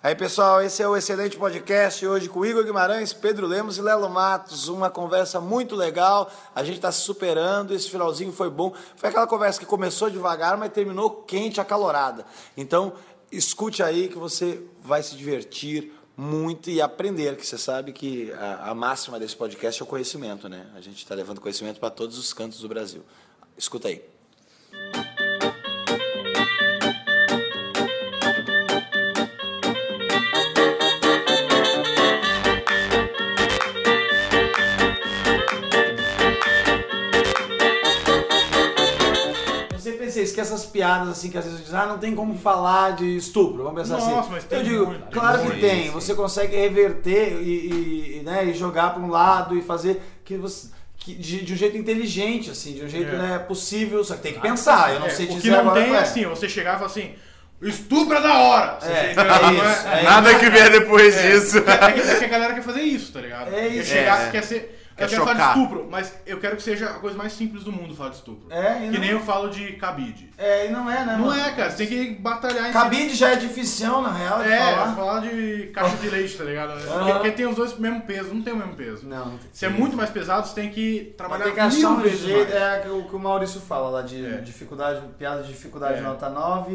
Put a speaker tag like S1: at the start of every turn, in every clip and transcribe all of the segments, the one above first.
S1: Aí, pessoal, esse é o Excelente Podcast. Hoje com Igor Guimarães, Pedro Lemos e Lelo Matos. Uma conversa muito legal. A gente está se superando. Esse finalzinho foi bom. Foi aquela conversa que começou devagar, mas terminou quente, acalorada. Então, escute aí que você vai se divertir muito e aprender, que você sabe que a, a máxima desse podcast é o conhecimento, né? A gente está levando conhecimento para todos os cantos do Brasil. Escuta aí. Eu sempre pensei isso, que essas piadas assim que às vezes dizem, ah, não tem como falar de estupro, vamos pensar
S2: Nossa,
S1: assim.
S2: mas tem
S1: eu digo,
S2: muito, tem
S1: claro que
S2: muito.
S1: tem,
S2: Sim,
S1: você consegue reverter e, e- e, né, e jogar para um lado e fazer que você que de, de um jeito inteligente assim, de um jeito
S2: É.
S1: né, possível, só que tem que pensar, eu não
S2: É,
S1: sei
S2: o
S1: dizer
S2: que não
S1: agora
S2: tem
S1: qual
S2: é
S1: é.
S2: assim, você chegar e falar assim, estupra da hora! Você
S1: É,
S2: entendeu?
S1: é
S2: Não
S1: isso, é
S3: Nada que vier depois disso.
S2: É que- é que a galera quer fazer isso, tá ligado?
S1: É isso.
S2: Quer chegar,
S3: É.
S2: quer ser.
S3: Quer
S2: eu quero falar
S3: chocar.
S2: de estupro, mas eu quero que seja a coisa mais simples do mundo falar de estupro.
S1: É, e
S2: que
S1: não-
S2: nem eu falo de cabide.
S1: É, e não é, né?
S2: Não
S1: mano?
S2: é, cara, você tem que batalhar em
S1: Cabide já é difícil, na real,
S2: cima.
S1: de
S2: É, falar.
S1: falar.
S2: de caixa de leite, tá ligado? Porque, porque tem os dois pro mesmo peso, não tem o mesmo peso.
S1: Não, não tem.
S2: Se é muito mais pesado, você tem que
S1: Mas
S2: trabalhar
S1: tem que achar
S2: mil
S1: um
S2: vezes
S1: jeito,
S2: mais.
S1: é o que o Maurício fala lá de
S2: É.
S1: dificuldade, piada de dificuldade
S2: É.
S1: nota 9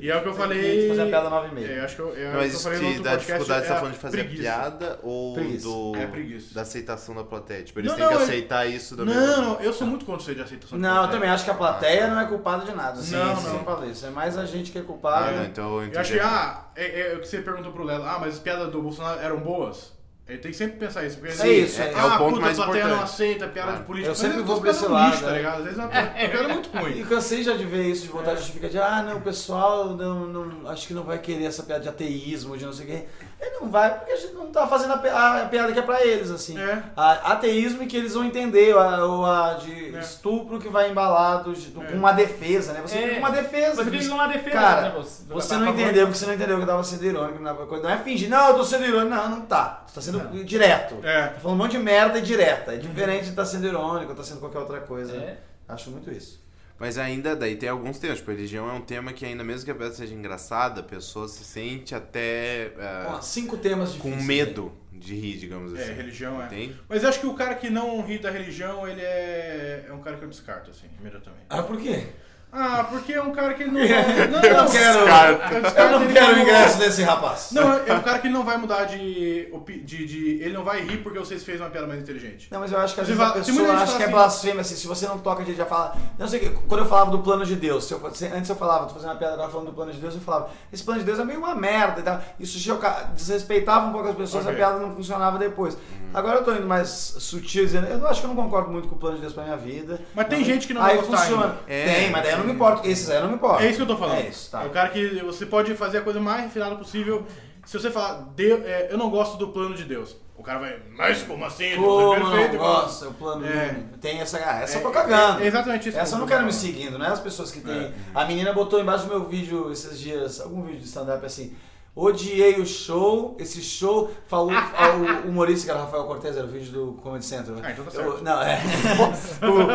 S2: E é o que eu
S1: tem
S2: falei.
S1: Fazer a piada 9,5.
S2: É, eu acho que eu, é, o que eu
S3: Mas
S2: falei no
S3: que
S2: outro
S3: da
S2: podcast,
S3: dificuldade,
S2: é
S3: você tá
S2: a
S3: falando de fazer
S2: preguiça.
S3: piada ou
S1: Preguiça.
S3: do.
S2: É preguiça.
S3: Da aceitação da plateia. Tipo,
S2: Não,
S3: eles
S2: não,
S3: têm que
S2: eu-
S3: aceitar isso né? da
S2: Não, não, eu sou muito contra o ser de aceitação. de
S1: Não, eu
S2: plateia.
S1: também acho que a plateia não é culpada de nada. Assim,
S2: Não,
S1: isso
S2: não.
S1: Eu falei isso. É mais a gente que é
S3: Ah,
S1: culpada.
S3: não, então eu entendi.
S2: Eu acho que, ah, é, é o que você perguntou pro Lelo, ah, mas as piadas do Bolsonaro eram boas? Ele tem que sempre pensar isso. Porque
S1: Sim,
S2: ele-
S1: isso, é- é
S2: ah,
S3: o ponto
S2: puta,
S3: mais
S2: a plateia não
S3: importante.
S2: aceita, piada
S3: Ah,
S2: de política.
S1: eu
S2: Mas
S1: sempre
S2: é
S1: vou
S2: tudo
S1: pra esse
S2: piada
S1: lado,
S2: lixo, tá
S1: né?
S2: ligado? Às vezes é uma piada a piada é muito
S1: E
S2: ruim.
S1: cansei já de ver isso, de vontade de justificar de ah, não, o pessoal não, não, acho que não vai querer essa piada de ateísmo, de não sei o quê. Ele não vai porque a gente não tá fazendo a, pi- a piada que é pra eles, assim.
S2: É.
S1: A- ateísmo que eles vão entender, ou a, ou a de
S2: É.
S1: estupro que vai embalado de- com
S2: É.
S1: uma defesa, né? Você
S4: É.
S1: fica com uma defesa.
S4: Você
S1: disso.
S4: vive numa defesa,
S1: Cara,
S4: né, moço?
S1: Você
S4: Tá
S1: não
S4: a favor.
S1: entendeu, porque você não entendeu que eu tava sendo irônico na coisa. Não é fingir, não, eu tô sendo irônico. Não, não tá. Você tá sendo direto.
S2: É.
S1: Tá falando um monte de merda e direta. É diferente de estar sendo irônico, tá sendo qualquer outra coisa.
S4: É.
S1: Acho muito isso.
S3: Mas ainda, daí tem alguns temas. Tipo, religião é um tema que, ainda mesmo que a peça seja engraçada, a pessoa se sente até. ah,
S1: Ó, cinco temas
S3: com
S1: difíceis.
S3: medo de rir, digamos
S2: É,
S3: assim.
S2: religião é.
S3: Entende?
S2: Mas eu acho que o cara que não ri da religião, ele é, é um cara que eu descarto, assim, imediatamente.
S1: Ah, por quê?
S2: Ah, porque é um cara que ele não vai... Não,
S1: Eu não
S2: não,
S1: quero.
S3: Descarto.
S2: Eu
S1: Eu
S2: descarto
S1: não
S2: ele
S1: quero o
S2: como-
S1: ingresso desse rapaz.
S2: Não, é um cara que ele não vai mudar de, opi- de, de- Ele não vai rir porque vocês fez uma piada mais inteligente.
S1: Não, mas eu acho que às
S2: Você
S1: vezes a
S2: fala- tem
S1: pessoa
S2: muita gente
S1: acha
S2: que fala
S1: que é
S2: assim-
S1: blasfêmia, assim, se você não toca, a gente já fala. Não sei o que, quando eu falava do plano de Deus, se eu fosse- antes eu falava, tô fazendo uma piada agora falando do plano de Deus, eu falava, esse plano de Deus é meio uma merda e tal. Isso choca- desrespeitava um pouco as pessoas, a
S2: Ok. Uhum.
S1: piada não funcionava depois. Agora eu tô indo mais sutil, dizendo, eu não- acho que eu não concordo muito com o plano de Deus pra minha vida.
S2: Mas tem gente que não
S1: aí
S2: vai gostar
S1: funciona.
S2: ainda.
S3: É.
S1: Tem, mas daí eu não me importo, esses aí eu não me importo.
S2: É isso que eu tô falando.
S1: É isso, tá.
S2: É o cara que você pode fazer a coisa mais refinada possível. Se você falar, "Deu- é, eu não gosto do plano de Deus. O cara vai, mas como assim?
S1: Como
S2: Deus é perfeito,
S1: eu
S2: como-"
S1: gosto, o plano
S2: É.
S1: tem essa, ah, essa eu
S2: É,
S1: tô cagando.
S2: é exatamente isso que
S1: Essa eu
S2: eu
S1: não
S2: tô
S1: quero me
S2: falando.
S1: seguindo, não é as pessoas que tem. A menina botou embaixo do meu vídeo esses dias, algum vídeo de stand-up assim. Odiei o show, esse show falou é, o, o humorista que era Rafael Cortez, era o vídeo do Comedy Central. né?
S2: Ah, então tá
S1: Eu-
S2: certo.
S1: não,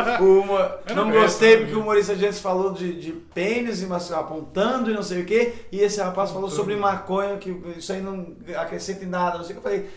S1: é. o, o humor-
S2: Eu não
S1: não
S2: conheço.
S1: gostei porque o humorista de antes falou de, de pênis e mas- apontando e não sei o quê. E esse rapaz falou sobre maconha, que isso aí não acrescenta em nada, não sei o que. Eu falei,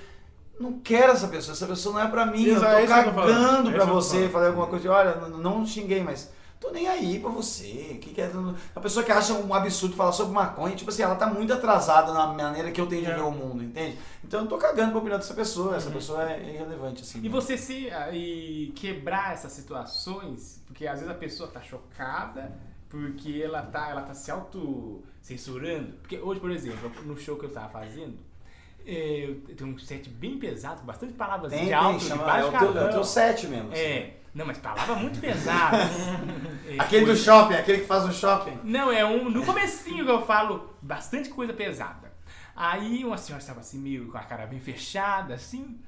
S1: não quero essa pessoa, essa pessoa não é pra mim,
S2: Isso, é
S1: eu
S2: isso
S1: tô
S2: que eu tô falando,
S1: cagando
S2: é isso
S1: pra
S2: que eu tô
S1: você,
S2: falando.
S1: falei alguma coisa, de, olha, n- não xinguei, mas tô nem aí pra você, que que é, a pessoa que acha um absurdo falar sobre maconha, tipo assim, ela tá muito atrasada na maneira que eu tenho de
S2: É. Uhum.
S1: ver o mundo, entende? Então eu tô cagando pra opinião dessa pessoa, essa pessoa é irrelevante, assim.
S4: E você se ah, e quebrar essas situações, porque às vezes a pessoa tá chocada porque ela tá, ela tá se auto-censurando. Porque hoje, por exemplo, no show que eu tava fazendo, eh, eu tenho um set bem pesado, com bastante palavras
S1: Tem,
S4: de
S1: tem,
S4: alto, de
S1: chama, é
S4: baixo
S1: o teu, é o
S4: calão.
S1: teu set mesmo. assim.
S4: É, não, mas palavra muito pesada. É,
S1: Aquele do
S4: coisa-
S1: shopping, aquele que faz no shopping.
S4: Não, é um. No comecinho que eu falo bastante coisa pesada. Aí uma senhora estava assim, meio com a cara bem fechada, assim.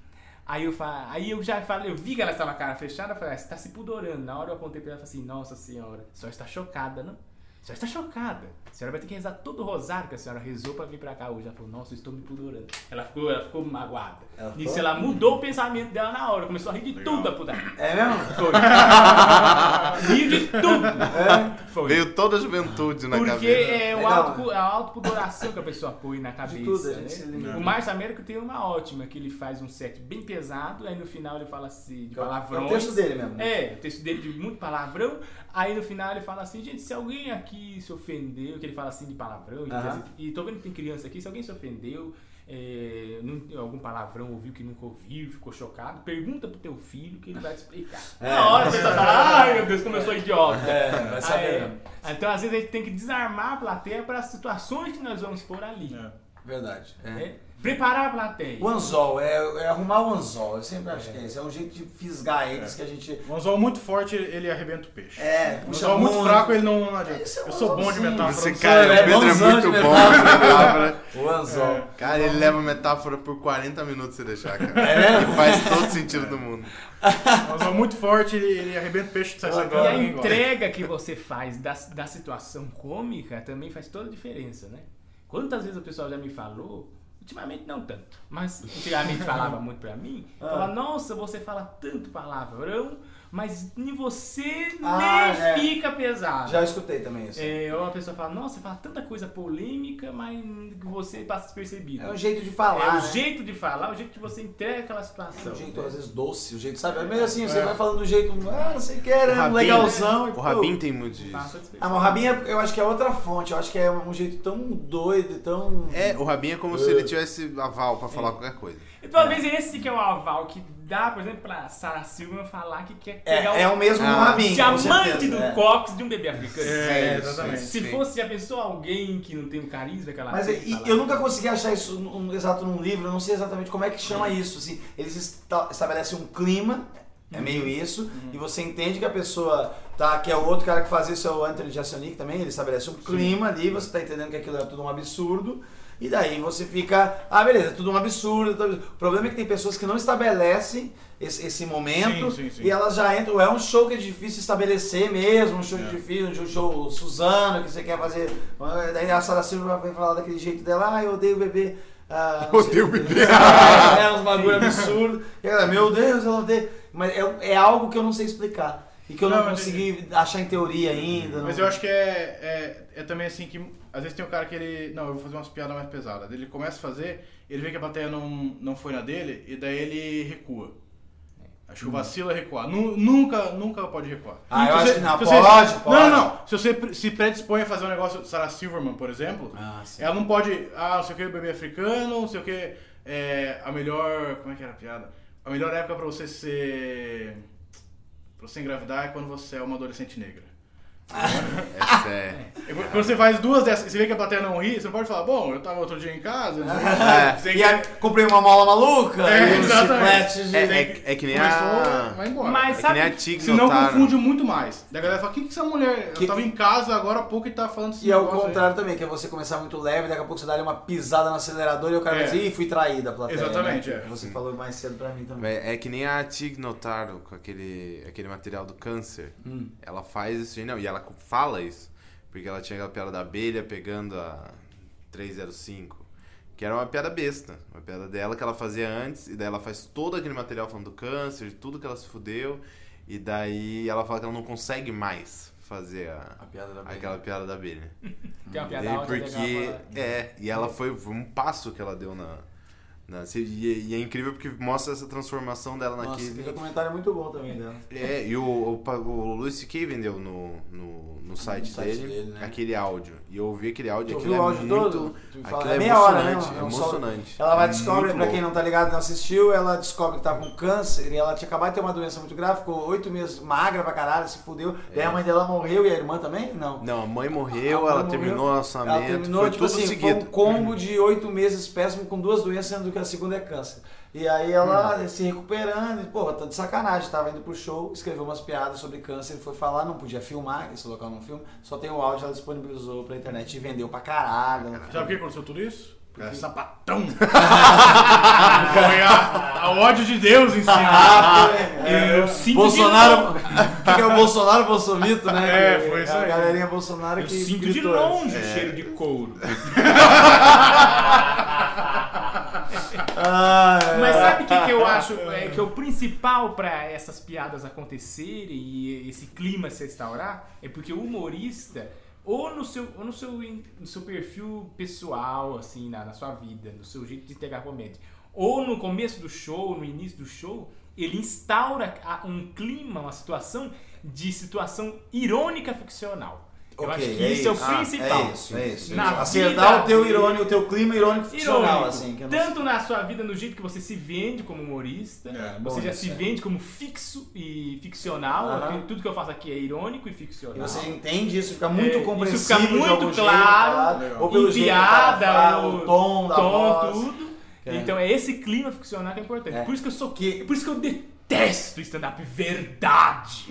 S4: Aí eu, fa... aí eu já falei, eu vi que ela estava com a cara fechada, eu falei, ah, você tá se pudorando. Na hora eu apontei pra ela e falei assim, nossa senhora, a senhora está chocada, não? A senhora está chocada. A senhora vai ter que rezar todo o rosário que a senhora rezou pra vir pra cá hoje. Ela falou, nossa, eu estou me pudorando. Ela ficou, ela ficou magoada.
S1: Ela ficou?
S4: Nisso ela mudou o pensamento dela na hora. Começou a rir de tudo a putaria.
S1: É mesmo?
S4: Foi. rir de tudo.
S1: É.
S4: Foi.
S3: Veio toda a juventude na
S4: Porque
S3: cabeça.
S4: é o
S1: Legal, né?
S4: auto, a autopudoração que a pessoa põe na cabeça.
S1: De tudo, a
S4: né?
S1: gente se limita.
S4: O Márcio Américo tem uma ótima, que ele faz um set bem pesado, aí no final ele fala assim, de
S1: É
S4: palavrões.
S1: o texto dele mesmo. né?
S4: É, o texto dele de muito palavrão. Aí no final ele fala assim, gente, se alguém aqui se ofendeu, que ele fala assim de palavrão, e-
S1: Aham.
S4: e tô vendo que tem criança aqui, se alguém se ofendeu, é, não- algum palavrão ouviu que nunca ouviu, ficou chocado, pergunta pro teu filho que ele vai te explicar.
S1: É.
S4: Na hora você fala, ai meu Deus, como eu sou idiota.
S1: É, vai
S4: Ah,
S1: saber.
S4: é.
S1: mesmo.
S4: Então, às vezes, a gente tem que desarmar a plateia para as situações que nós vamos pôr ali.
S2: É.
S1: Verdade. é.
S4: né? Preparar a plateia.
S1: O anzol, é, é arrumar o anzol. Eu sempre acho que é isso. É um jeito de fisgar eles que a gente.
S2: Um anzol muito forte, ele arrebenta o peixe.
S1: É,
S2: Um
S1: puxa
S2: anzol muito, fraco, ele não, não adianta.
S1: Esse é um
S2: Eu sou bom de
S1: anzolzinho.
S2: metáfora.
S3: Você,
S2: não sou-
S3: cara,
S1: é
S3: o Pedro é
S1: bonzão
S3: muito
S1: de
S3: bom pra metáfora.
S1: O anzol.
S3: Cara, ele leva metáfora por 40 minutos se deixar, cara.
S2: É
S3: E faz todo sentido do mundo.
S2: Um anzol muito forte, ele, ele arrebenta o peixe, sai
S4: E
S2: sangrando.
S4: a
S2: ninguém gosta.
S4: entrega que você faz da, da situação cômica também faz toda a diferença, né? Quantas vezes o pessoal já me falou, ultimamente não tanto, mas antigamente falava muito pra mim,
S1: Ah.
S4: falava, nossa, você fala tanto palavrão, mas em você
S1: Ah,
S4: nem
S1: é.
S4: fica pesado.
S1: Já escutei também isso. É.
S4: É, ou a pessoa fala, nossa, você fala tanta coisa polêmica, mas você passa despercebido.
S1: um jeito de falar.
S4: É o
S1: né?
S4: jeito de falar, o jeito que você entrega aquela situação.
S1: um jeito,
S4: né?
S1: às vezes, doce, o jeito, sabe? É meio assim, você
S2: É.
S1: vai falando do jeito, ah, você quer,
S3: O
S1: é um
S3: Rabin-
S1: legalzão. e,
S3: O
S1: pô.
S3: Rabin tem muito disso.
S4: Passa despercebido.
S1: Ah, mas o Rabin, é- eu acho que é outra fonte, eu acho que é um jeito tão doido, tão...
S3: É, o Rabin é como se ele tivesse aval pra
S2: É.
S3: falar qualquer coisa.
S4: E talvez esse que é o aval que dá, por exemplo, pra Sarah Silverman falar que quer
S1: É,
S4: pegar
S1: é o mesmo do
S3: Ah,
S1: Rabin, com
S4: diamante
S1: certeza,
S4: do
S1: é.
S4: Cox de um bebê africano.
S2: É,
S3: isso,
S2: exatamente.
S4: Se
S3: sim.
S4: fosse a pessoa alguém que não tem um carisma, aquela
S1: Mas e- eu
S2: né?
S1: nunca consegui achar isso num- exato num livro, eu não sei exatamente como é que chama isso. Assim, eles esta- estabelecem um clima, é
S2: Uhum.
S1: meio isso, e você entende que a pessoa tá, que é o outro cara que faz isso, é o Anthony Jassonic também, ele estabelece um clima ali, você tá entendendo que aquilo é tudo um absurdo. E daí você fica, ah, beleza, é tudo um absurdo. tudo- O problema é que tem pessoas que não estabelecem esse, esse momento
S2: Sim, sim, sim.
S1: e elas já entram. É um show que é difícil estabelecer mesmo, um show
S2: É.
S1: difícil, um show Suzano, que você quer fazer. Daí a Sara Silva vai falar daquele jeito dela, ah, eu odeio beber. Ah, não sei-
S3: Odeio bebê.
S1: é uns bagulho absurdo. E ela, meu Deus, eu odeio. Mas é, é algo que eu não sei explicar. E que eu não,
S2: Não, mas- é.
S1: consegui achar em teoria ainda.
S2: Mas
S1: não-
S2: eu acho que é, é, é também assim que. Às vezes tem um cara que ele. Não, eu vou fazer umas piadas mais pesadas. Ele começa a fazer, ele vê que a plateia não, não foi na dele, e daí ele recua. Acho que o vacilo é recuar. Nu- nunca, nunca pode recuar.
S1: Hum. Ah, eu
S2: Se
S1: acho que não.
S2: se
S1: Pode, pode.
S2: Não, não, não. Se você pre- se predispõe a fazer um negócio, Sarah Silverman, por exemplo,
S1: Ah, sim.
S2: ela não pode. Ah, não sei o que, bebê africano, não sei o que. É, a melhor. Como é que era a piada? A melhor época pra você ser. pra você engravidar é quando você é uma adolescente negra.
S3: É sério.
S2: E Quando você faz duas dessas e você vê que a plateia não ri, você não pode falar, bom, eu tava outro dia em casa.
S1: Ah.
S2: não sei o quê." É.
S3: É.
S2: Você
S1: E aí, comprei uma mola maluca,
S2: É,
S1: e um
S2: exatamente.
S1: chiclete de-
S3: É, é, é que nem
S1: Ah.
S2: Começou, vai
S3: a.
S2: embora.
S4: Mas-
S3: É que
S4: sabe-
S3: nem a Tig
S2: Senão
S3: Notaro.
S2: confunde muito mais. Da galera fala, o que que essa mulher...
S1: Que-
S2: Eu tava em casa agora há pouco e tá falando esse
S1: E é o
S2: negócio aí."
S1: contrário também, que é você começar muito leve, daqui a pouco você dá ali uma pisada no acelerador e o cara vai
S2: É.
S1: dizer, ih, fui traída a plateia.
S2: Exatamente,
S1: né?
S2: é.
S1: Você falou mais cedo pra mim também.
S3: É é que nem a Tig Notaro com aquele, aquele material do câncer. Ela faz isso genial. E ela co- fala isso. Porque ela tinha aquela piada da abelha pegando a 305. Que era uma piada besta. Uma piada dela que ela fazia antes. E daí ela faz todo aquele material falando do câncer, de tudo que ela se fudeu. E daí ela fala que ela não consegue mais fazer a-
S1: A piada da
S3: aquela piada da abelha.
S4: Tem uma piada
S3: E
S4: alta, legal,
S3: porque
S4: fala-
S3: é e ela foi foi um passo que ela deu na, na- se- e, e é incrível porque mostra essa transformação dela
S1: Nossa,
S3: naquele
S1: aquele documentário é muito bom também dela.
S3: é e o, o, pa- o Luis C.K. vendeu no, no, no site,
S1: site
S3: dele,
S1: dele, né?
S3: aquele áudio e eu ouvi aquele áudio
S1: Tu
S3: aquilo
S1: ouviu o
S3: é
S1: áudio
S3: muito
S1: todo? Tu me
S3: aquilo
S1: fala-
S3: é
S1: é meia hora, né?
S3: emocionante
S1: É
S3: é
S1: um solo-
S3: emocionante
S1: Ela vai
S3: É
S1: descobre,
S3: muito
S1: pra
S3: bom.
S1: quem não tá ligado e não assistiu, ela descobre que tá com câncer e ela tinha acabado de ter uma doença muito grave, ficou oito meses magra pra caralho, se fudeu. Daí
S3: É.
S1: a mãe dela morreu e a irmã também? Não.
S3: não a mãe
S1: A
S3: morreu
S1: mãe
S3: ela
S1: morreu,
S3: terminou o lançamento
S1: Ela terminou,
S3: foi
S1: tipo
S3: tudo
S1: assim,
S3: seguido
S1: foi um combo de oito meses péssimo com duas doenças, sendo que a segunda é câncer. E aí ela
S3: Hum.
S1: se recuperando, e, porra, tá de sacanagem, tava indo pro show, escreveu umas piadas sobre câncer, foi falar, não podia filmar, esse local não filma, só tem o áudio, ela disponibilizou pra internet e vendeu pra caralho.
S2: Sabe o que aconteceu tudo isso? Cara, sapatão! Foi a, a ódio de Deus em cima. É.
S5: eu sinto
S1: Ah, Bolsonaro.
S5: de longe.
S1: O que, que é o Bolsonaro Bolsomito, né?
S2: É, foi isso
S1: a
S2: aí.
S1: galerinha Bolsonaro
S5: Eu
S1: que
S5: sinto de
S1: gritou.
S5: longe o cheiro de couro.
S1: Ah, é.
S4: Mas sabe o que, que eu acho é, que é o principal pra essas piadas acontecerem e esse clima se restaurar? É porque o humorista, ou no seu, ou no seu, in- no seu perfil pessoal, assim, na, na sua vida, no seu jeito de entregar a comédia, ou no começo do show, no início do show, ele instaura a- um clima, uma situação de situação irônica ficcional. Eu
S1: Ok,
S4: acho que isso é o
S1: Ah,
S4: principal.
S1: é isso, é isso.
S4: Na
S1: Acertar
S4: vida
S1: o teu
S4: dele.
S1: irônico, o teu clima irônico ficcional,
S4: irônico.
S1: assim. Que eu não sei.
S4: Tanto na sua vida, no jeito que você se vende como humorista,
S2: É,
S1: bom
S4: você já
S1: isso,
S4: se
S1: é.
S4: vende como fixo e ficcional.
S1: Aham.
S4: porque Tudo que eu faço aqui é irônico e
S1: E
S4: ficcional.
S1: você entende isso, fica muito
S4: É, isso
S1: compreensível.
S4: fica
S1: de
S4: muito
S1: algum jeito, tá?
S4: claro,
S1: ou pelo
S4: em
S1: jeito que o cara
S4: piada,
S1: fala, o
S4: o
S1: tom da
S4: Tom,
S1: voz.
S4: tudo.
S1: É.
S4: Então é esse clima ficcional que é importante.
S1: É.
S4: Por isso que eu sou que. Por isso que eu detesto stand-up verdade.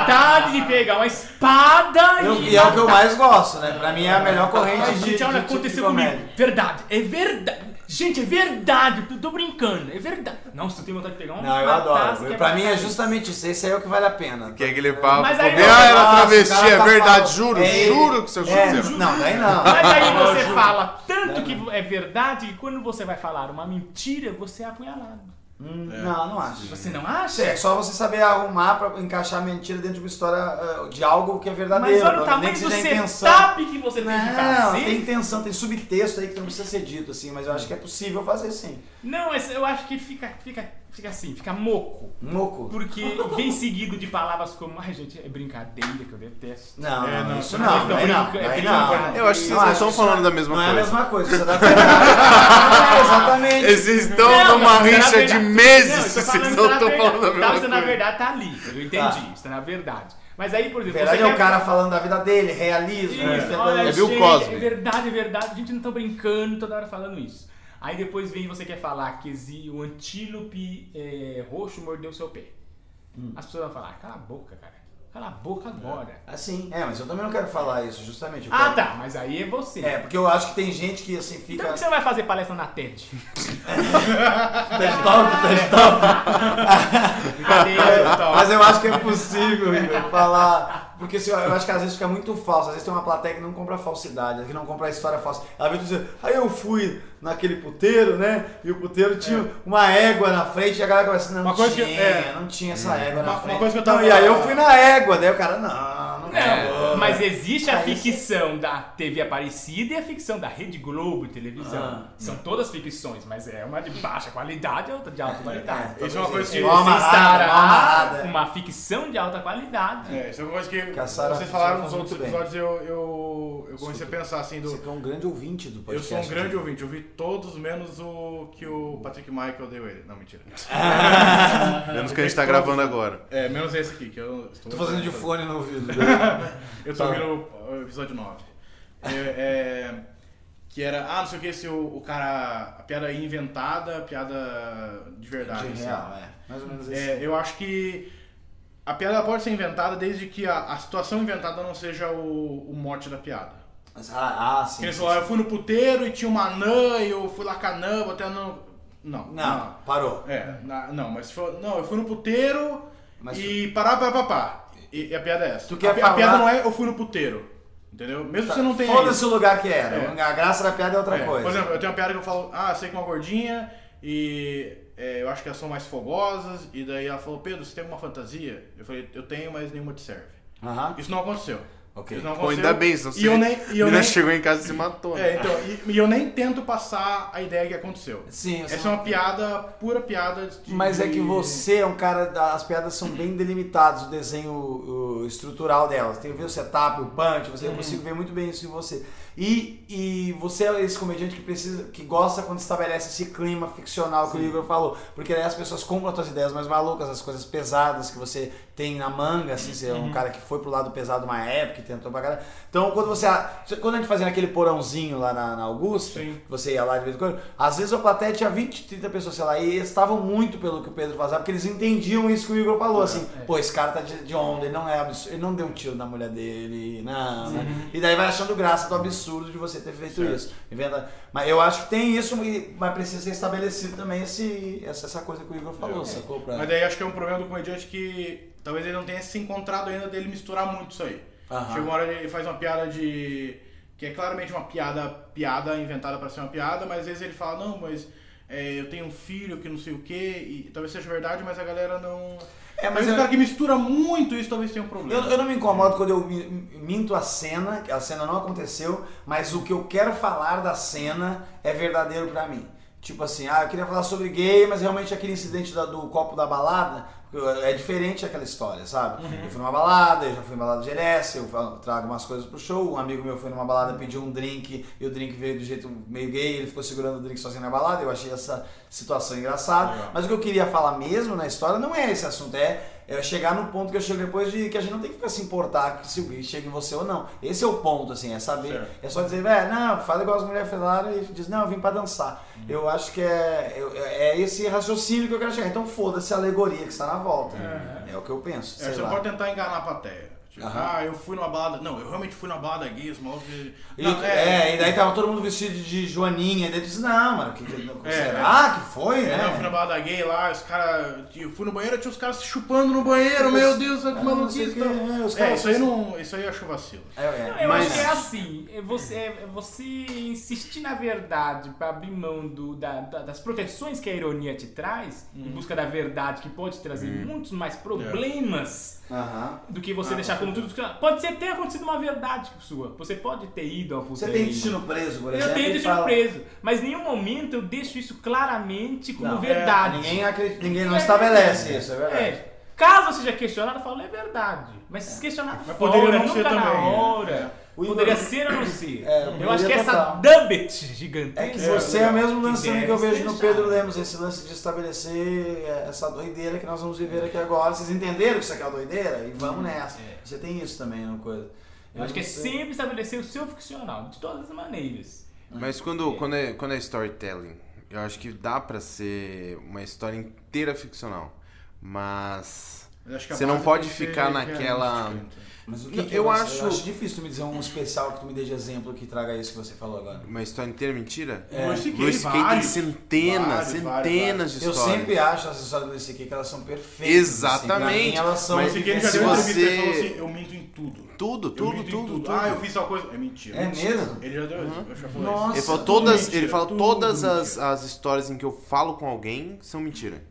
S4: Vontade de pegar uma espada
S1: Eu-
S4: e.
S1: e é o que eu mais gosto, né? Pra mim é a melhor corrente
S4: Ai,
S1: de,
S4: gente,
S1: de,
S4: olha,
S1: de
S4: aconteceu
S1: comédia.
S4: comigo. Verdade, é verdade. Gente, é verdade. Eu tô brincando, é verdade. Nossa, eu tenho vontade de pegar um uma
S1: Não, eu
S4: matasca e
S1: adoro. Pra mim é
S4: abaixar.
S1: justamente isso. Esse aí é o que vale a pena.
S3: Que é aquele papo.
S4: Mas aí
S3: "Ah,
S4: não-
S3: era
S1: Nossa, o
S3: travesti,
S1: cara
S3: é
S1: tá
S3: verdade,
S1: falando-
S3: juro,
S1: É,
S3: juro que isso
S1: é,
S3: aconteceu.
S1: Não, daí não.
S4: Mas aí você fala tanto que é verdade que quando você vai falar uma mentira, você é apunhalado.
S1: Hum, Não, não acho.
S4: Você não acha?
S1: É só você saber arrumar pra encaixar a mentira dentro de uma história ah, de algo que é verdadeiro.
S4: Mas olha o
S1: nem
S4: tamanho
S1: que
S4: do
S1: seja a
S4: setup assim? que você tem que
S1: Não,
S4: fazer.
S1: tem intenção, tem subtexto aí que não precisa ser dito, assim, mas eu acho que é possível fazer sim.
S4: Não, mas eu acho que fica, fica, fica assim, fica moco.
S1: Moco.
S4: Porque vem seguido de palavras como, ai gente, é brincadeira que eu detesto.
S1: Não,
S2: É, não,
S1: isso
S2: isso
S1: não,
S4: não,
S1: daí não,
S4: brinca-
S1: daí
S4: é
S1: não.
S4: brincadeira.
S3: Eu acho que vocês não estão
S1: isso
S3: falando da mesma
S1: Não é a
S3: coisa.
S1: mesma coisa, você dá é, Exatamente.
S3: Vocês estão
S4: Não,
S3: numa
S4: mas isso é na
S3: rixa de
S4: verdade.
S3: meses,
S4: Não, eu tô falando
S3: vocês
S4: isso
S3: não
S4: na
S3: estão
S4: verdade.
S3: falando da
S4: Tá,
S3: mesma
S4: isso na
S3: coisa.
S4: verdade tá ali, eu entendi, isso tá na verdade. Mas aí, por exemplo,
S1: Verdade
S4: você
S1: é
S4: quer-
S1: o cara falando da vida dele, realismo.
S4: Isso,
S1: né?
S4: olha,
S3: É Bill
S4: gente,
S3: Cosby.
S4: É verdade, é verdade. A gente não tá brincando toda hora falando isso. Aí depois vem e você quer falar que exi- o antílope é, roxo mordeu seu pé.
S1: Hum.
S4: As pessoas vão falar, "Ah, cala a boca, cara. Cala a
S1: É.
S4: boca agora.
S1: Assim, é, mas eu também não quero falar isso, justamente. eu
S4: Ah,
S1: quero-
S4: tá. Mas aí é você.
S1: Então- É, porque eu acho que tem gente que assim
S4: Então por
S1: fica.
S4: que você não vai fazer palestra na TED? É. Brincadeira. então.
S2: Total.
S1: Mas eu acho que é possível Igor, falar. Porque assim, eu acho que às vezes fica muito falso. Às vezes tem uma plateia que não compra a falsidade, que não compra a história falsa. Ela vem dizer, aí eu fui naquele puteiro, né? E o puteiro tinha uma égua na frente, e a galera começa, não,
S2: É. Uma coisa
S1: tinha,
S2: que- é.
S1: não tinha essa égua na
S2: Uma- uma
S1: frente.
S2: coisa que eu
S1: Não,
S2: tava- É.
S1: E aí eu fui na égua, daí o cara, não, não,
S4: Não, mas existe a
S1: É isso.
S4: ficção da TV Aparecida e a ficção da Rede Globo e televisão.
S1: Ah.
S4: São todas ficções, mas é uma de baixa qualidade e outra de alta qualidade.
S2: Isso é uma coisa que-
S1: Igual
S4: Você
S1: uma amarrada, uma é.
S4: estará
S1: amarrada.
S4: uma ficção de alta qualidade.
S2: É, isso é uma coisa que
S1: Que a Sarah
S2: vocês falaram nos
S1: faz muito
S2: outros
S1: bem.
S2: episódios eu, eu, eu comecei a pensar assim do.
S1: Você é um grande ouvinte do
S2: Eu
S1: podcast. né?
S2: sou um grande ouvinte, eu vi todos menos o que o Patrick Michael deu ele. Não, mentira.
S3: Menos que a gente tá gravando agora.
S2: É, menos esse aqui, que eu estou.
S1: Tô fazendo de fone no ouvido.
S2: Eu tô
S1: Tá.
S2: ouvindo o episódio 9. É, é, que era, ah, não sei o que, se o, o cara. A piada inventada, a piada de verdade.
S1: De
S2: assim.
S1: real, é. Mais ou menos assim.
S2: É, eu acho que a piada pode ser inventada desde que a, a situação inventada não seja o, o mote da piada.
S1: Mas, ah, ah, sim.
S2: Porque eles
S1: sim,
S2: falaram, eu fui no puteiro e tinha uma anã e eu fui lá com a anã, botei a anã. Não,
S1: sim. Não, parou.
S2: É, na- não, mas se for, não, eu fui no puteiro
S1: Mas
S2: e pará, pará, pará, pará. E, e a piada é essa.
S1: Tu
S2: a,
S1: quer
S2: pi-
S1: falar- Tá,
S2: a piada não é eu fui no puteiro. Entendeu? Mesmo que você não tenha. isso.
S1: Foda-se o lugar que era.
S2: É.
S1: A graça da piada é outra
S2: É,
S1: coisa.
S2: Por exemplo, eu tenho uma piada que eu falo, ah, sei que uma gordinha e é, eu acho que elas são mais fogosas. E daí ela falou, Pedro, você tem alguma fantasia? Eu falei, eu tenho, mas nenhuma te serve.
S1: Aham.
S2: Isso não aconteceu.
S1: Ok.
S2: Isso não
S3: Pô,
S2: aconteceu.
S3: ainda bem, senão
S2: E eu nem. E eu
S3: Minas
S2: nem
S3: chegou em casa e se matou. né?
S2: é, então, e, e eu nem tento passar a ideia que aconteceu.
S1: Sim, eu
S2: Essa
S1: sou- um
S2: é uma piada, pura piada de.
S1: Mas é que você é um cara. da- As piadas são bem delimitadas, o desenho o estrutural delas. Tem que ver o setup, o punch, você,
S2: Uhum.
S1: eu consigo ver muito bem isso em você. E, e você é esse comediante que precisa, que gosta quando estabelece esse clima ficcional que o Igor falou. Porque daí as pessoas compram as tuas ideias mais malucas, as coisas pesadas que você tem na manga, assim, você é
S2: Uhum.
S1: um cara que foi pro lado pesado uma época, e tentou pra caralho. Então, quando você. Quando a gente fazia aquele porãozinho lá na, na Augusta,
S2: Sim.
S1: você ia lá de vez em quando, às vezes a plateia tinha 20, 30 pessoas, sei lá, e eles estavam muito pelo que o Pedro fazia, porque eles entendiam isso que o Igor falou, assim, pô, esse cara tá de, de onda, ele não é absurdo, ele não deu um tiro na mulher dele, não, né? E daí vai achando graça do absurdo de você ter feito isso. Inventa- Mas eu acho que tem isso, e- mas precisa ser estabelecido também esse, essa, essa coisa que o Igor falou, É, assim. sacou? Pra...
S2: Mas daí acho que é um problema do comediante que talvez ele não tenha se encontrado ainda dele misturar muito isso aí.
S1: Aham.
S2: Chega uma hora ele faz uma piada de. que é claramente uma piada, piada inventada pra ser uma piada, mas às vezes ele fala, não, mas é, eu tenho um filho que não sei o quê, e talvez seja verdade, mas a galera não.
S1: É, mas
S2: talvez
S1: eu-
S2: o cara que mistura muito isso talvez tenha um
S1: Eu,
S2: problema.
S1: eu não me incomodo quando eu mi- minto a cena, que a cena não aconteceu, mas o que eu quero falar da cena é verdadeiro pra mim. Tipo assim, ah, eu queria falar sobre gay, mas realmente aquele incidente da- do copo da balada eu- é diferente aquela história, sabe? Eu fui numa balada, eu já fui em balada de Eresse, eu fa- trago umas coisas pro show, um amigo meu foi numa balada, pediu um drink, e o drink veio do jeito meio gay, ele ficou segurando o drink sozinho na balada, eu achei essa situação engraçada.
S2: Legal.
S1: Mas o que eu queria falar mesmo na história não é esse assunto, é, é chegar no ponto que eu chego depois de que a gente não tem que ficar se importar que se o gay chega em você ou não. Esse é o ponto, assim, é saber.
S2: Certo.
S1: É só dizer, velho, não, fala igual as mulheres falaram e diz, não, eu vim pra dançar.
S2: Uhum.
S1: Eu acho que é, eu- é esse raciocínio que eu quero chegar. Então foda-se a alegoria que está na volta. É, o que eu penso.
S2: É,
S1: sei
S2: você
S1: lá.
S2: não pode tentar enganar a plateia. Tipo,
S1: Aham.
S2: ah, eu fui numa balada. Não, eu realmente fui numa balada gay, os malucos.
S1: E,
S2: Não,
S1: é, e daí tava todo mundo vestido de Joaninha, e daí eu disse, não, mano, que,
S2: É,
S1: será que foi,
S2: É,
S1: né?
S2: não, eu fui na balada gay lá, os caras. Eu fui no banheiro, tinha os caras se chupando no banheiro, meu Deus, que
S1: Ah, não sei
S2: maluquice.
S1: o que,
S2: então.
S1: é, os
S2: É,
S1: caras-
S2: isso aí não. Isso aí eu acho vacilo.
S1: É, é,
S4: Não, eu
S1: mas-
S4: acho que é assim. É você, é você insistir na verdade pra abrir mão do- da- da- das proteções que a ironia te traz,
S1: Hum.
S4: em busca da verdade que pode trazer muitos mais problemas
S1: Aham.
S4: do que
S1: Ah,
S4: você deixar como tudo. Pode ser ter acontecido uma verdade sua. Você pode ter ido ao
S1: Você
S4: puteiro.
S1: tem intestino preso, por exemplo.
S4: Eu tenho
S1: e
S4: intestino
S1: fala-
S4: preso. Mas em nenhum momento eu deixo isso claramente como
S1: Não, é,
S4: verdade.
S1: Ninguém, acredita, ninguém não
S4: É
S1: estabelece
S4: verdade.
S1: isso, é verdade.
S4: É. Caso seja questionado, eu falo, é verdade. Mas se questionar
S2: Mas
S4: fora,
S2: poderia não
S4: nunca
S2: ser
S4: na
S2: também, né?
S4: hora.
S1: É. O
S4: Poderia
S1: Igor-
S4: ser ou não ser.
S1: É,
S4: eu
S1: poderia
S4: acho que essa
S1: total.
S4: dumbit gigantesca.
S1: É que você é o mesmo lance também que eu
S4: deve
S1: vejo no
S4: ser
S1: Pedro
S4: deixada.
S1: Lemos, esse lance de estabelecer é, essa doideira que nós vamos viver aqui agora. Vocês entenderam que isso aqui é uma doideira? E vamos nessa. Você tem isso também, no coisa.
S4: Eu acho que é
S1: não sei.
S4: sempre estabelecer o seu ficcional, de todas as maneiras.
S3: Mas quando, quando, é, quando é storytelling, eu acho que dá pra ser uma história inteira ficcional. Mas.
S2: Mas acho que a
S3: Você não
S2: base
S3: pode
S2: tem que é ser
S3: ficar naquela.
S2: realista, então.
S1: Mas o que,
S3: Não,
S1: que
S3: eu
S1: você-
S3: acho-
S1: eu acho difícil tu me dizer um especial que tu me dê de exemplo que traga isso que você falou agora.
S3: Uma história inteira mentira?
S2: É. Luiz C.K.
S3: Luiz C.K. tem
S2: vários,
S3: centenas,
S2: vários,
S3: centenas
S2: vários,
S3: de
S1: Eu
S3: histórias.
S1: sempre acho as histórias do ICQ que elas são perfeitas. Assim, pra
S3: Exatamente.
S1: mim, elas são
S3: Mas
S2: Esse aqui ele já
S3: Se
S2: deu uma
S3: você-
S2: entrevista e falou assim: eu minto em tudo.
S3: Tudo,
S2: Eu
S3: tudo,
S2: minto em
S3: tudo, tudo.
S2: Ah, eu fiz tal coisa. É mentira.
S1: É
S2: mentira.
S1: mesmo?
S2: Ele já deu. Eu já falei
S1: Nossa.
S3: Ele
S2: isso.
S3: fala
S1: Tudo
S3: todas,
S2: mentira,
S3: ele fala
S2: tudo
S3: todas as,
S2: mentira.
S3: as histórias em que eu falo com alguém são mentira.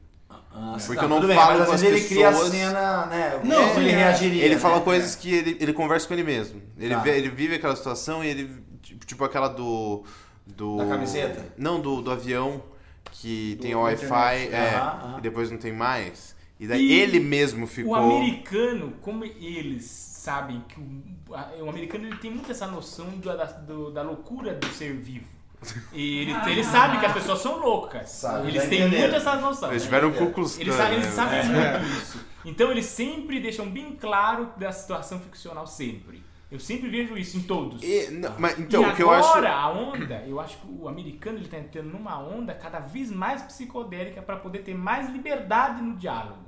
S1: Ah,
S3: Porque
S1: tá,
S3: eu não
S1: tudo bem,
S3: falo
S1: mas às
S3: com as
S1: vezes ele cria a
S3: pessoas.
S1: cena, né?
S2: Não,
S1: como ele
S2: sim, é.
S1: reagiria.
S3: Ele
S1: né?
S3: fala coisas que ele, ele conversa com ele mesmo. Ele,
S1: Tá.
S3: vê- ele vive aquela situação e ele. Tipo, tipo aquela do. do
S1: Da camiseta?
S3: Não, do, do avião que
S2: Do-
S3: tem
S2: da
S3: Wi-Fi
S2: internet.
S3: é,
S1: Aham, aham.
S3: e depois não tem mais. E daí
S4: E
S3: ele mesmo
S1: Tipo,
S3: ficou.
S4: O americano, como eles sabem que o, a- o americano ele tem muito essa noção do- da, do- da loucura do ser vivo. E ele, ele sabe que as pessoas são loucas.
S1: Sabe,
S4: eles
S1: já
S4: têm
S1: entenderam.
S4: muito essa noção.
S3: Eles tiveram um cucus.
S4: Eles sabem, eles sabem
S1: né?
S4: muito isso. Então eles sempre deixam bem claro da situação ficcional sempre. Eu sempre vejo isso em todos.
S3: E, não, mas, então,
S4: E
S3: o que eu acho.
S4: agora a onda, eu acho que o americano ele tá entrando numa onda cada vez mais psicodélica para poder ter mais liberdade no diálogo.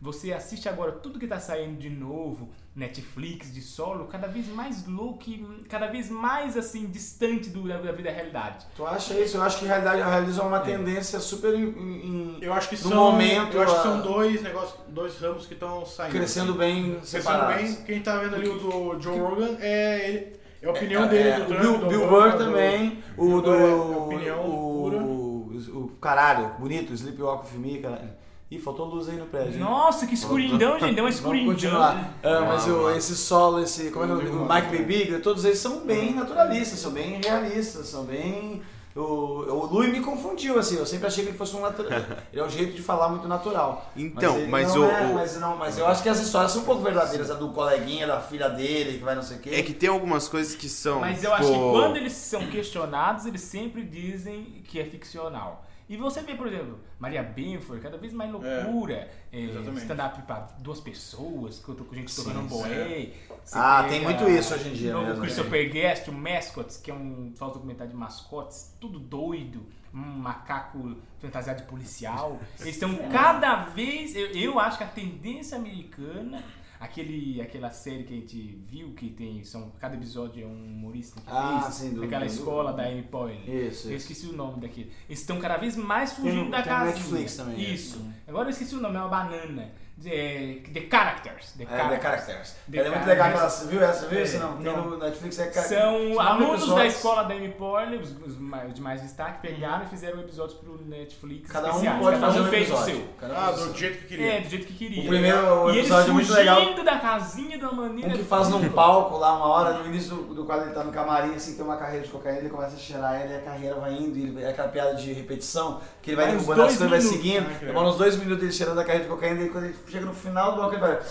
S4: Você assiste agora tudo que tá saindo de novo, Netflix, de solo, cada vez mais louco, e cada vez mais assim distante do- da, da vida da realidade.
S1: Tu acha isso? Eu acho que realidade realismo é uma tendência super em- em- em
S2: Eu acho que
S1: No
S2: são.
S1: momento,
S2: eu acho que
S1: a-
S2: são dois negócios, dois ramos que estão saindo.
S1: crescendo
S2: assim.
S1: bem
S2: Pensando
S1: separados.
S2: bem, quem tá vendo ali o do Joe Rogan é ele. É a opinião
S1: É,
S2: dele,
S1: é,
S2: do
S1: o
S2: Trump, um
S1: Bill,
S2: do
S1: Bill
S2: Obama,
S1: Burr
S2: do-
S1: também,
S2: Bill
S1: o do.
S2: Burr é opinião pura.
S1: o, o, caralho, bonito, Sleep Walk of Me, caralho. Ih, faltou luz aí no prédio. hein?
S4: Nossa, que escurindão, gente, é um
S1: Vamos
S4: escurindão.
S2: né?
S1: continuar. Ah, mas o- esse solo, esse. Como é que é o nome? O Mike Bibiga, todos eles são bem naturalistas, são bem realistas, são bem. O, o Louis me confundiu, assim, eu sempre achei que ele fosse um natural. Ele é um jeito de falar muito natural.
S3: Então,
S1: ele
S3: mas
S1: não
S3: o-
S1: é,
S3: o-
S1: mas não, mas eu acho que as histórias são um pouco verdadeiras, a do coleguinha, da filha dele, que vai não sei o quê.
S3: É que tem algumas coisas que são.
S4: Mas eu acho que
S3: tipo,
S4: quando eles são questionados, eles sempre dizem que é ficcional. E você vê, por exemplo, Maria Benford, cada vez mais loucura, é,
S2: exatamente.
S4: stand-up pra duas pessoas, com com gente tocando um
S2: sim.
S4: boé. Você
S1: Ah,
S4: pega
S1: tem muito isso hoje em dia
S4: O novo
S1: mesmo,
S4: Christopher Guest, o Mascots, que é um falso documentário de mascotes, tudo doido, um macaco fantasiado de policial. Eles estão cada vez, eu, eu acho que a tendência americana... Aquele, aquela série que a gente viu que tem são cada episódio é um humorista que
S1: Ah,
S4: fez,
S1: sem dúvida,
S4: aquela
S1: sem
S4: escola
S1: dúvida.
S4: da Amy Poehler.
S1: Isso,
S4: Eu
S1: isso.
S4: esqueci o nome daquele. Eles estão cada vez mais fugindo
S1: Tem- um-
S4: da
S1: tem
S4: casa.
S1: Netflix também, é.
S4: Isso. Agora eu esqueci o nome, é uma banana. É, The Characters. The
S1: É, The Characters.
S4: The
S1: Ela é muito legal
S4: Characters.
S1: aquela. Viu essa? Viu isso?
S4: É,
S1: Não. Tem
S4: não.
S1: no Netflix é Characters.
S4: São
S1: nove
S4: alunos da
S1: episódios.
S4: escola da Amy Poehler, os, os ma- de mais destaque, pegaram e fizeram episódios pro Netflix
S1: Cada um
S4: especiais.
S1: pode
S4: Cada
S1: fazer
S4: um
S1: um
S4: fez
S1: episódio.
S4: o seu.
S1: Cada um
S2: Ah,
S1: fez o
S2: do
S1: seu.
S2: jeito que queria.
S4: É, do jeito que queria.
S1: O primeiro
S4: e eles
S1: episódio é
S4: fugindo
S1: muito legal.
S4: da casinha de uma maneira...
S1: Um que faz num
S4: incrível.
S1: palco lá uma hora, no início do, do quadro ele tá no camarim, assim, tem uma carreira de cocaína, ele começa a cheirar ela e a carreira vai indo, e ele, é aquela piada de repetição, que ele vai
S4: Vai uns
S1: derrubando as
S4: dois
S1: coisas, vai
S4: minutos, Ah,
S1: seguindo,
S2: né, cara?
S1: demora uns dois minutos ele cheirando a carreira de cocaína, e quando ele chega no final do bloco ele
S4: É,
S1: vai...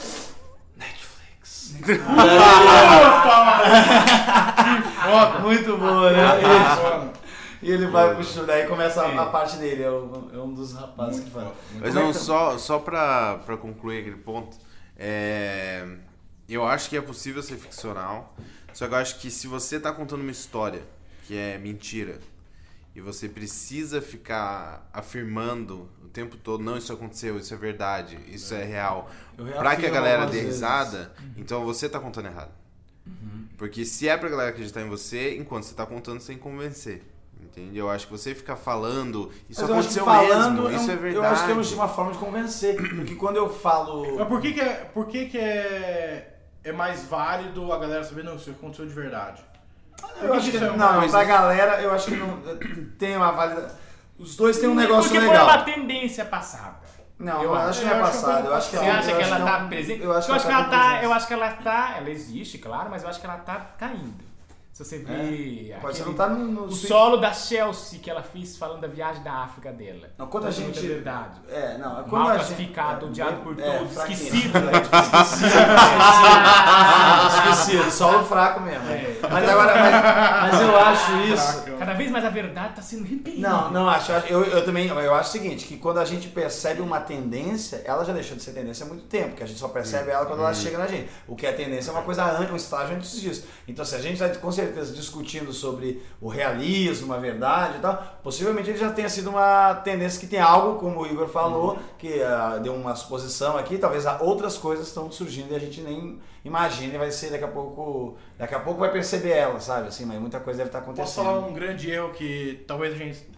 S1: Netflix.
S2: Foda.
S1: ah, Muito
S2: ah,
S1: boa, né?
S2: Foda.
S1: E ele vai puxando, daí começa
S4: É.
S1: a, a parte dele, é um, é um dos rapazes que fala.
S3: Mas
S1: Como é
S3: não,
S1: que-
S3: só, só pra, pra concluir aquele ponto, é, eu acho que é possível ser ficcional, só que eu acho que se você tá contando uma história que é mentira e você precisa ficar afirmando o tempo todo, não, isso aconteceu, isso é verdade, isso é, real,
S1: Eu
S3: pra que a
S1: reafirmo
S3: galera
S1: algumas
S3: dê
S1: vezes. Uhum.
S3: risada, então você tá contando errado. Porque se é pra galera acreditar em você, enquanto você tá contando, você tem que convencer. Entende? Eu acho que você ficar falando, isso
S1: Mas eu acho que
S3: aconteceu
S1: falando,
S3: mesmo,
S1: é um-
S3: isso é verdade.
S1: eu acho que é uma forma de convencer, porque quando eu falo...
S2: Mas por que que é, por que que é, é mais válido a galera saber, não, isso aconteceu de verdade?
S1: Eu acho que
S2: Isso é
S1: não,
S2: uma
S1: não,
S2: coisa-
S1: pra galera, eu acho que não tem uma válida. Os dois têm um negócio
S4: Porque
S1: legal.
S4: foi uma tendência passada.
S1: Não,
S4: Eu
S1: eu acho que não
S2: eu
S1: é
S2: acho que
S1: passado. Eu acho que
S4: Você
S1: é-
S4: acha
S1: eu
S4: que
S1: acho
S4: ela
S1: é
S4: tá
S1: um-
S4: presente?
S1: Eu acho que,
S4: ela tá,
S1: bem
S4: eu
S1: presente.
S4: acho que ela tá, ela existe, claro, mas eu acho que ela tá caindo. Se você ver
S1: É? Pode ser,
S4: aquele-
S1: não tá no. no
S4: é o solo da Chelsea que ela fez falando da viagem da África dela.
S1: Não, quando a
S4: Tem muita
S1: gente-
S4: verdade.
S1: É, não. é Quando
S4: Mal
S1: a gente-
S4: classificado,
S1: é,
S4: odiado por
S1: é,
S4: todos,
S1: fraquinho.
S4: esquecido.
S1: esquecido, solo fraco mesmo.
S4: É.
S1: Mas agora, mas, mas eu acho isso.
S4: Cada vez mais a verdade tá sendo repetida.
S1: Não, não acho. acho- Eu, eu também eu acho o seguinte, que quando a gente percebe uma tendência, ela já deixou de ser tendência há muito tempo, que a gente só percebe ela quando ela chega na gente. O que é tendência é uma coisa antes, um estágio antes disso. Então, se a gente está com certeza discutindo sobre o realismo, a verdade e tal, possivelmente ele já tenha sido uma tendência que tem algo, como o Igor falou, que ah, deu uma suposição aqui, talvez ah, outras coisas estão surgindo e a gente nem imagina e vai ser daqui a pouco. Daqui a pouco vai perceber ela, sabe? Assim, mas muita coisa deve estar acontecendo.
S2: Posso falar um grande erro que talvez a gente,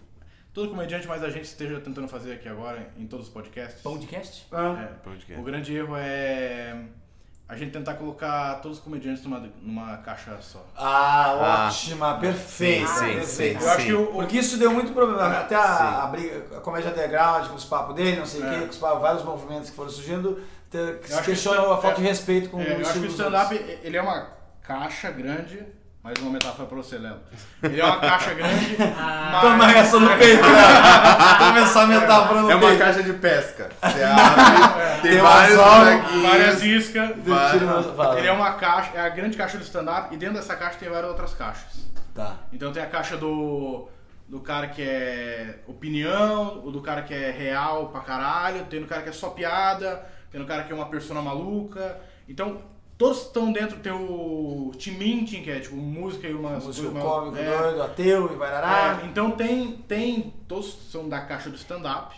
S2: todo comediante, mas a gente esteja tentando fazer aqui agora, em todos os podcasts?
S4: Podcast?
S1: Ah.
S2: É.
S3: Podcast.
S2: O grande erro é a gente tentar colocar todos os comediantes numa, numa caixa só.
S1: Ah,
S3: Ah.
S1: ótima, perfeita,
S3: Sim, sim,
S1: perfeita.
S2: Eu
S3: sim,
S2: acho
S3: sim.
S2: que o, o
S1: Porque isso deu muito problema. Até a,
S3: Sim.
S1: a briga, a comédia underground, com os papos dele, não sei o
S2: É.
S1: quê, com os papos, vários movimentos que foram surgindo, te- que
S2: Eu acho que
S1: questionam
S2: isso-
S1: a falta
S2: é.
S1: de respeito com o
S2: É, eu acho
S1: estilo
S2: que o
S1: dos
S2: stand-up, ele é uma caixa grande. Mais uma metáfora pra você, Léo. Ele é uma caixa grande,
S1: outros. Toma essa
S2: É.
S1: no peito, cara. Começar a metáfora no
S3: É uma
S1: peito.
S3: caixa de pesca. Você abre, tem,
S1: Tem
S3: vários
S1: umas ovos,
S3: buraquinhos.
S2: É. várias iscas.
S1: Eu tiro
S3: Vai.
S1: uma- fala.
S2: Ele é uma caixa, é a grande caixa do stand-up e dentro dessa caixa tem várias outras caixas.
S1: Tá.
S2: Então tem a caixa do, do cara que é opinião, o do cara que é real pra caralho, tem do cara que é só piada, tem do cara que é uma persona maluca. Então, todos estão dentro, tem o Tim Minchin, que é tipo música e uma...
S1: Músico
S2: uma-
S1: cômico,
S2: é,
S1: doido, ateu e varará.
S2: é, então tem, tem, todos são da caixa do stand-up,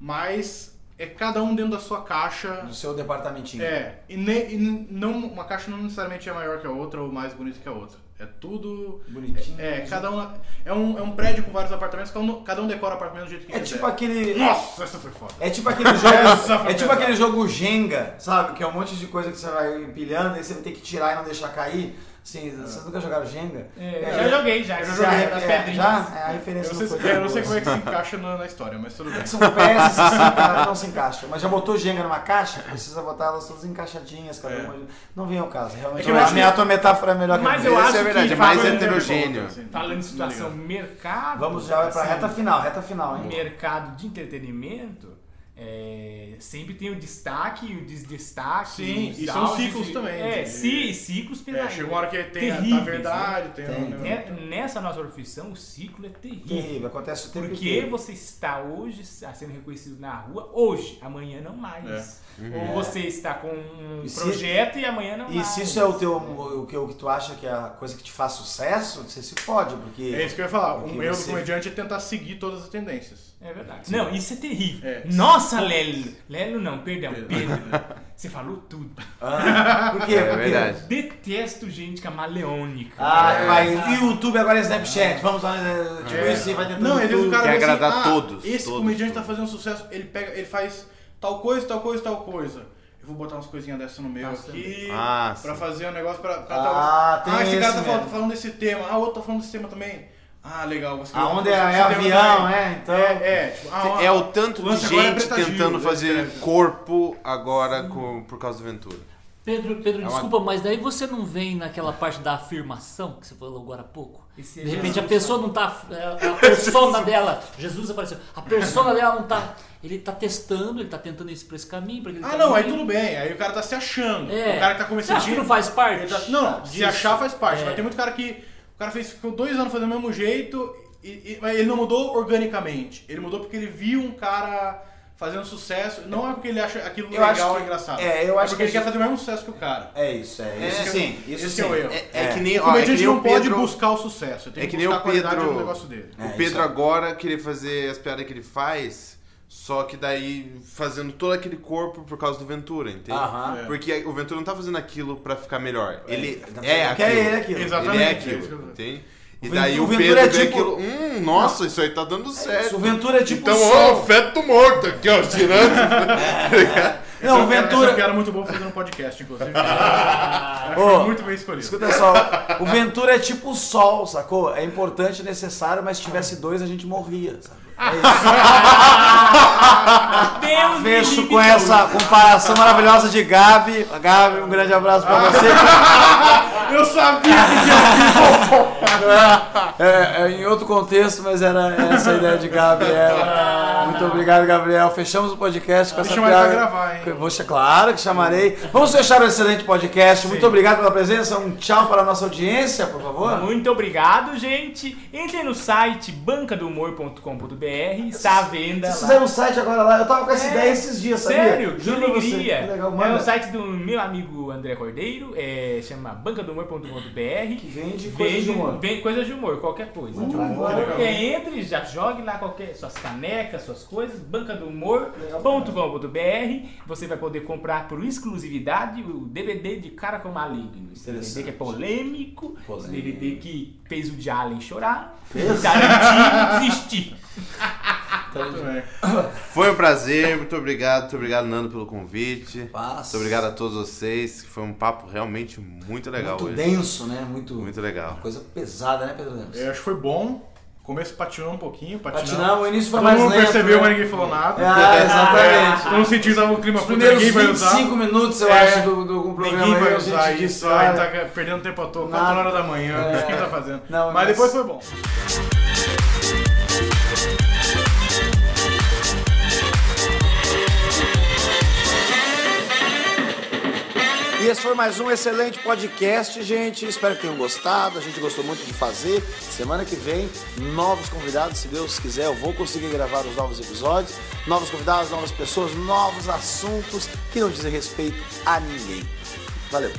S2: mas é cada um dentro da sua caixa.
S1: Do seu departamentinho.
S2: É, e, ne, e não, uma caixa não necessariamente é maior que a outra ou mais bonita que a outra. É tudo.
S1: Bonitinho.
S2: É, é, cada um. É um, é um prédio com vários apartamentos, cada um, cada um decora o apartamento do jeito que
S1: É
S2: quiser.
S1: tipo aquele.
S2: Nossa, essa foi foda.
S1: É tipo aquele jogo.
S2: Essa foi
S1: é tipo
S2: pesada.
S1: aquele jogo Jenga, sabe? Que é um monte de coisa que você vai empilhando, aí você tem que tirar e não deixar cair.
S2: É.
S1: Assim, vocês nunca jogaram Jenga?
S4: É, já joguei, já.
S1: já
S4: já
S1: joguei.
S4: joguei
S1: É,
S4: nas
S1: é,
S4: pedrinhas.
S1: já? É, a
S2: Eu
S1: referência
S2: não, sei,
S1: não foi
S2: se-
S1: tão
S2: eu não sei como
S1: boa.
S2: é que se encaixa na, na história, mas tudo bem.
S1: São peças que se encaixam, não se encaixam. Mas já botou Jenga numa caixa? Precisa botar elas todas encaixadinhas, cada
S2: É.
S1: uma. Não vem ao caso, realmente.
S2: É que eu
S1: a
S2: acho
S1: minha
S2: que-
S1: tua metáfora é melhor que a
S4: Mas
S1: minha.
S4: eu
S3: Esse
S4: acho
S3: é verdade,
S4: que
S3: é mais
S2: né?
S4: falando-
S3: heterogêneo.
S2: assim.
S4: Falando em Tá situação mercado.
S1: Vamos já vai pra
S4: assim,
S1: reta final, reta final, hein?
S4: mercado de entretenimento, é, sempre tem o destaque e o desdestaque.
S2: Sim,
S4: os
S2: e são
S4: auges
S2: ciclos
S4: e-
S2: também,
S4: É,
S2: de-
S4: sim, ciclos
S2: É,
S4: pesados.
S2: chegou uma hora que tem a-
S4: Terríveis, né?
S2: a verdade, tem,
S1: Tem.
S2: um-
S4: Ne- Nessa nossa profissão, o ciclo é terrível.
S1: Terrível, acontece o tempo
S4: Porque
S1: inteiro.
S4: você está hoje está sendo reconhecido na rua, hoje, amanhã não mais. Ou você está com um
S1: É. Uhum. E se-
S4: projeto e amanhã não
S1: E
S4: mais.
S1: se isso é o teu o que, o que tu acha que é a coisa que te faz sucesso, você se fode, porque.
S2: É isso que eu ia falar.
S1: Porque
S2: Um erro do
S1: você-
S2: comediante é tentar seguir todas as tendências.
S4: É verdade. Não, isso é terrível.
S2: É.
S4: Nossa, Lelo. Lelo não, perdão,
S2: Pedro.
S4: Pedro. Você falou tudo.
S1: Ah, por quê?
S3: É
S1: Por quê?
S3: verdade.
S4: Detesto gente camaleônica.
S1: Ah,
S3: É.
S1: vai. YouTube agora é Snapchat. Vamos lá, né, tipo
S2: É.
S1: isso, e vai tentando.
S2: Não, às vezes o
S1: tudo.
S2: cara
S3: Quer
S2: vê
S3: agradar
S2: assim, ah,
S3: todos,
S2: Esse
S3: todos,
S2: comediante
S3: todos.
S2: tá fazendo sucesso, ele pega, ele faz tal coisa, tal coisa, tal coisa. Eu vou botar umas coisinhas dessa no meu
S4: Nossa.
S2: aqui
S3: Ah,
S2: pra
S3: sim.
S2: fazer um negócio pra, pra
S1: Ah,
S2: tal. Ah,
S1: tem
S2: esse cara
S1: esse
S2: tá fal-
S1: mesmo.
S2: falando desse tema. Ah, outro tá falando desse tema também. Ah, legal. Vou escrever
S1: A
S2: uma
S1: onda é,
S2: coisa
S1: é
S2: desse tema
S1: avião,
S2: também.
S1: é, então.
S2: É, é, tipo, ah,
S3: É
S2: ah,
S3: o tanto de
S2: lance agora é
S3: gente
S2: Preta Gil,
S3: tentando
S2: né,
S3: fazer
S2: escreve.
S3: corpo agora com- por causa do Ventura.
S6: Pedro, Pedro
S3: É uma-
S6: desculpa, mas daí você não vem naquela parte da afirmação que você falou agora há pouco?
S4: Esse é
S6: De repente a
S4: Jesus.
S6: pessoa não tá. A a persona dela. Jesus apareceu. A persona dela não tá. Ele tá testando, ele tá tentando isso pra esse caminho. Pra tá aquele
S2: Ah, não, aí
S6: caminho.
S2: tudo bem. Aí o cara tá se achando.
S6: Então, É.
S2: O cara que tá
S6: Você acha que
S2: começando.
S6: não faz parte?
S2: Ele tá- não, se
S6: disso?
S2: achar faz parte.
S6: É.
S2: Mas tem muito cara que. O cara fez, ficou dois anos fazendo o mesmo jeito, e, e- mas ele não mudou organicamente. Ele mudou porque ele viu um cara fazendo sucesso. Não é porque ele acha aquilo
S1: Eu acho
S2: legal
S1: que-
S2: ou engraçado.
S1: é, eu acho
S2: porque
S1: que
S2: ele
S1: a
S2: quer
S1: gente-
S2: fazer o mesmo sucesso que o cara.
S1: É isso, é.
S2: Esse
S1: Isso
S2: que é-
S1: sim, isso
S2: esse
S1: sim.
S2: que é o erro.
S1: É,
S3: É, que nem,
S2: o
S3: ó, é que
S2: comediante
S3: nem
S2: não
S3: o Pedro,
S2: pode buscar o sucesso. Ele tem
S3: É
S2: que,
S3: que nem
S2: buscar
S3: o
S2: a qualidade
S3: Pedro-
S2: do negócio dele.
S1: É,
S3: O Pedro
S1: isso aí.
S3: agora querer fazer as piadas que ele faz, só que daí fazendo todo aquele corpo por causa do Ventura, entende?
S1: Aham.
S2: É.
S3: Porque o Ventura não tá fazendo aquilo pra ficar melhor. Ele é,
S1: É,
S3: aquilo.
S1: ele aquilo.
S2: Exatamente.
S3: Ele é
S2: é isso que eu
S3: aquilo,
S2: falo.
S3: entende? E
S1: O
S3: daí
S1: Ventura-
S3: o
S1: o
S3: Pedro
S1: Ventura é
S3: vê
S1: tipo-
S3: aquilo. Hum, nossa, isso aí tá dando certo.
S1: O Ventura é tipo
S3: Então,
S1: o
S3: ó,
S1: sol.
S3: feto morto aqui, ó, girando.
S1: Não, o
S2: Essa- Essa
S1: Ventura.
S2: piada é muito boa pra fazer um podcast, inclusive.
S1: Ô,
S2: Foi muito bem escolhido.
S1: Escuta só, o Ventura é tipo o sol, sacou? É importante, necessário, mas se tivesse dois a gente morria, sabe?
S4: Deus me
S1: Fecho
S4: livre,
S1: com
S4: Deus.
S1: essa comparação maravilhosa de Gabi. Gabi, um grande abraço
S2: Ah.
S1: pra você.
S2: Eu sabia!
S1: É, é em outro contexto, mas era essa a ideia de
S2: Ah.
S1: Gabriela. Muito obrigado, Gabriel. Fechamos o podcast com
S2: Me
S1: essa
S2: chamaram pra
S1: piada.
S2: gravar, hein?
S1: Vou, che- claro que chamarei. Vamos fechar o excelente podcast. Muito obrigado pela presença. Um tchau para a nossa audiência, por favor.
S4: Muito obrigado, gente. Entre no site bancadohumor.com.br, está à venda
S1: Vocês
S4: lá.
S1: fizeram um site agora lá. Eu tava com essa
S2: É.
S1: ideia esses dias, sabia?
S4: É. Sério? Que
S1: Juro pra você.
S4: alegria.
S1: Que legal,
S4: é
S1: manda.
S4: um site do meu amigo André Cordeiro, é, chama bancadohumor.com.br.
S1: Que vende coisa de humor.
S4: Vem coisa de humor, qualquer coisa.
S1: Muito legal.
S4: É, entre, já jogue lá qualquer, suas canecas, suas coisas, bancadohumor.com.br. Você vai poder comprar por exclusividade o DVD de Cara com Maligno. Esse DVD que é polêmico, esse DVD que fez o de Allen chorar, o Tarantino desistir.
S2: Muito bem.
S3: Foi um prazer, muito obrigado, muito obrigado, Nando, pelo convite.
S1: Paz.
S3: Muito obrigado a todos vocês, que foi um papo realmente muito legal
S1: Muito
S3: hoje.
S1: denso, né? Muito,
S3: Muito legal.
S1: Uma coisa pesada, né, Pedro Lemos?
S2: Eu acho que foi bom. O começo patinou um pouquinho, patinou.
S1: Patinão, o início foi
S2: Todo
S1: mais
S2: mundo
S1: lento.
S2: percebeu,
S1: né?
S2: mas ninguém falou nada.
S1: Ah, exatamente.
S2: Então no sentido tava o clima
S1: Os
S2: puto,
S1: primeiros
S2: ninguém vai usar.
S1: 25 minutos, eu
S2: É.
S1: acho, do, do, do programa
S2: Ninguém vai
S1: aí, a gente
S2: usar
S1: diz,
S2: isso,
S1: cara,
S2: aí tá perdendo tempo à toa, 4
S1: Nada.
S2: horas da manhã, o que tá fazendo?
S1: Não,
S2: mas
S1: mas-
S2: depois foi bom.
S1: E esse foi mais um excelente podcast, gente. Espero que tenham gostado. A gente gostou muito de fazer. Semana que vem, novos convidados. Se Deus quiser, eu vou conseguir gravar os novos episódios. Novos convidados, novas pessoas, novos assuntos que não dizem respeito a ninguém. Valeu.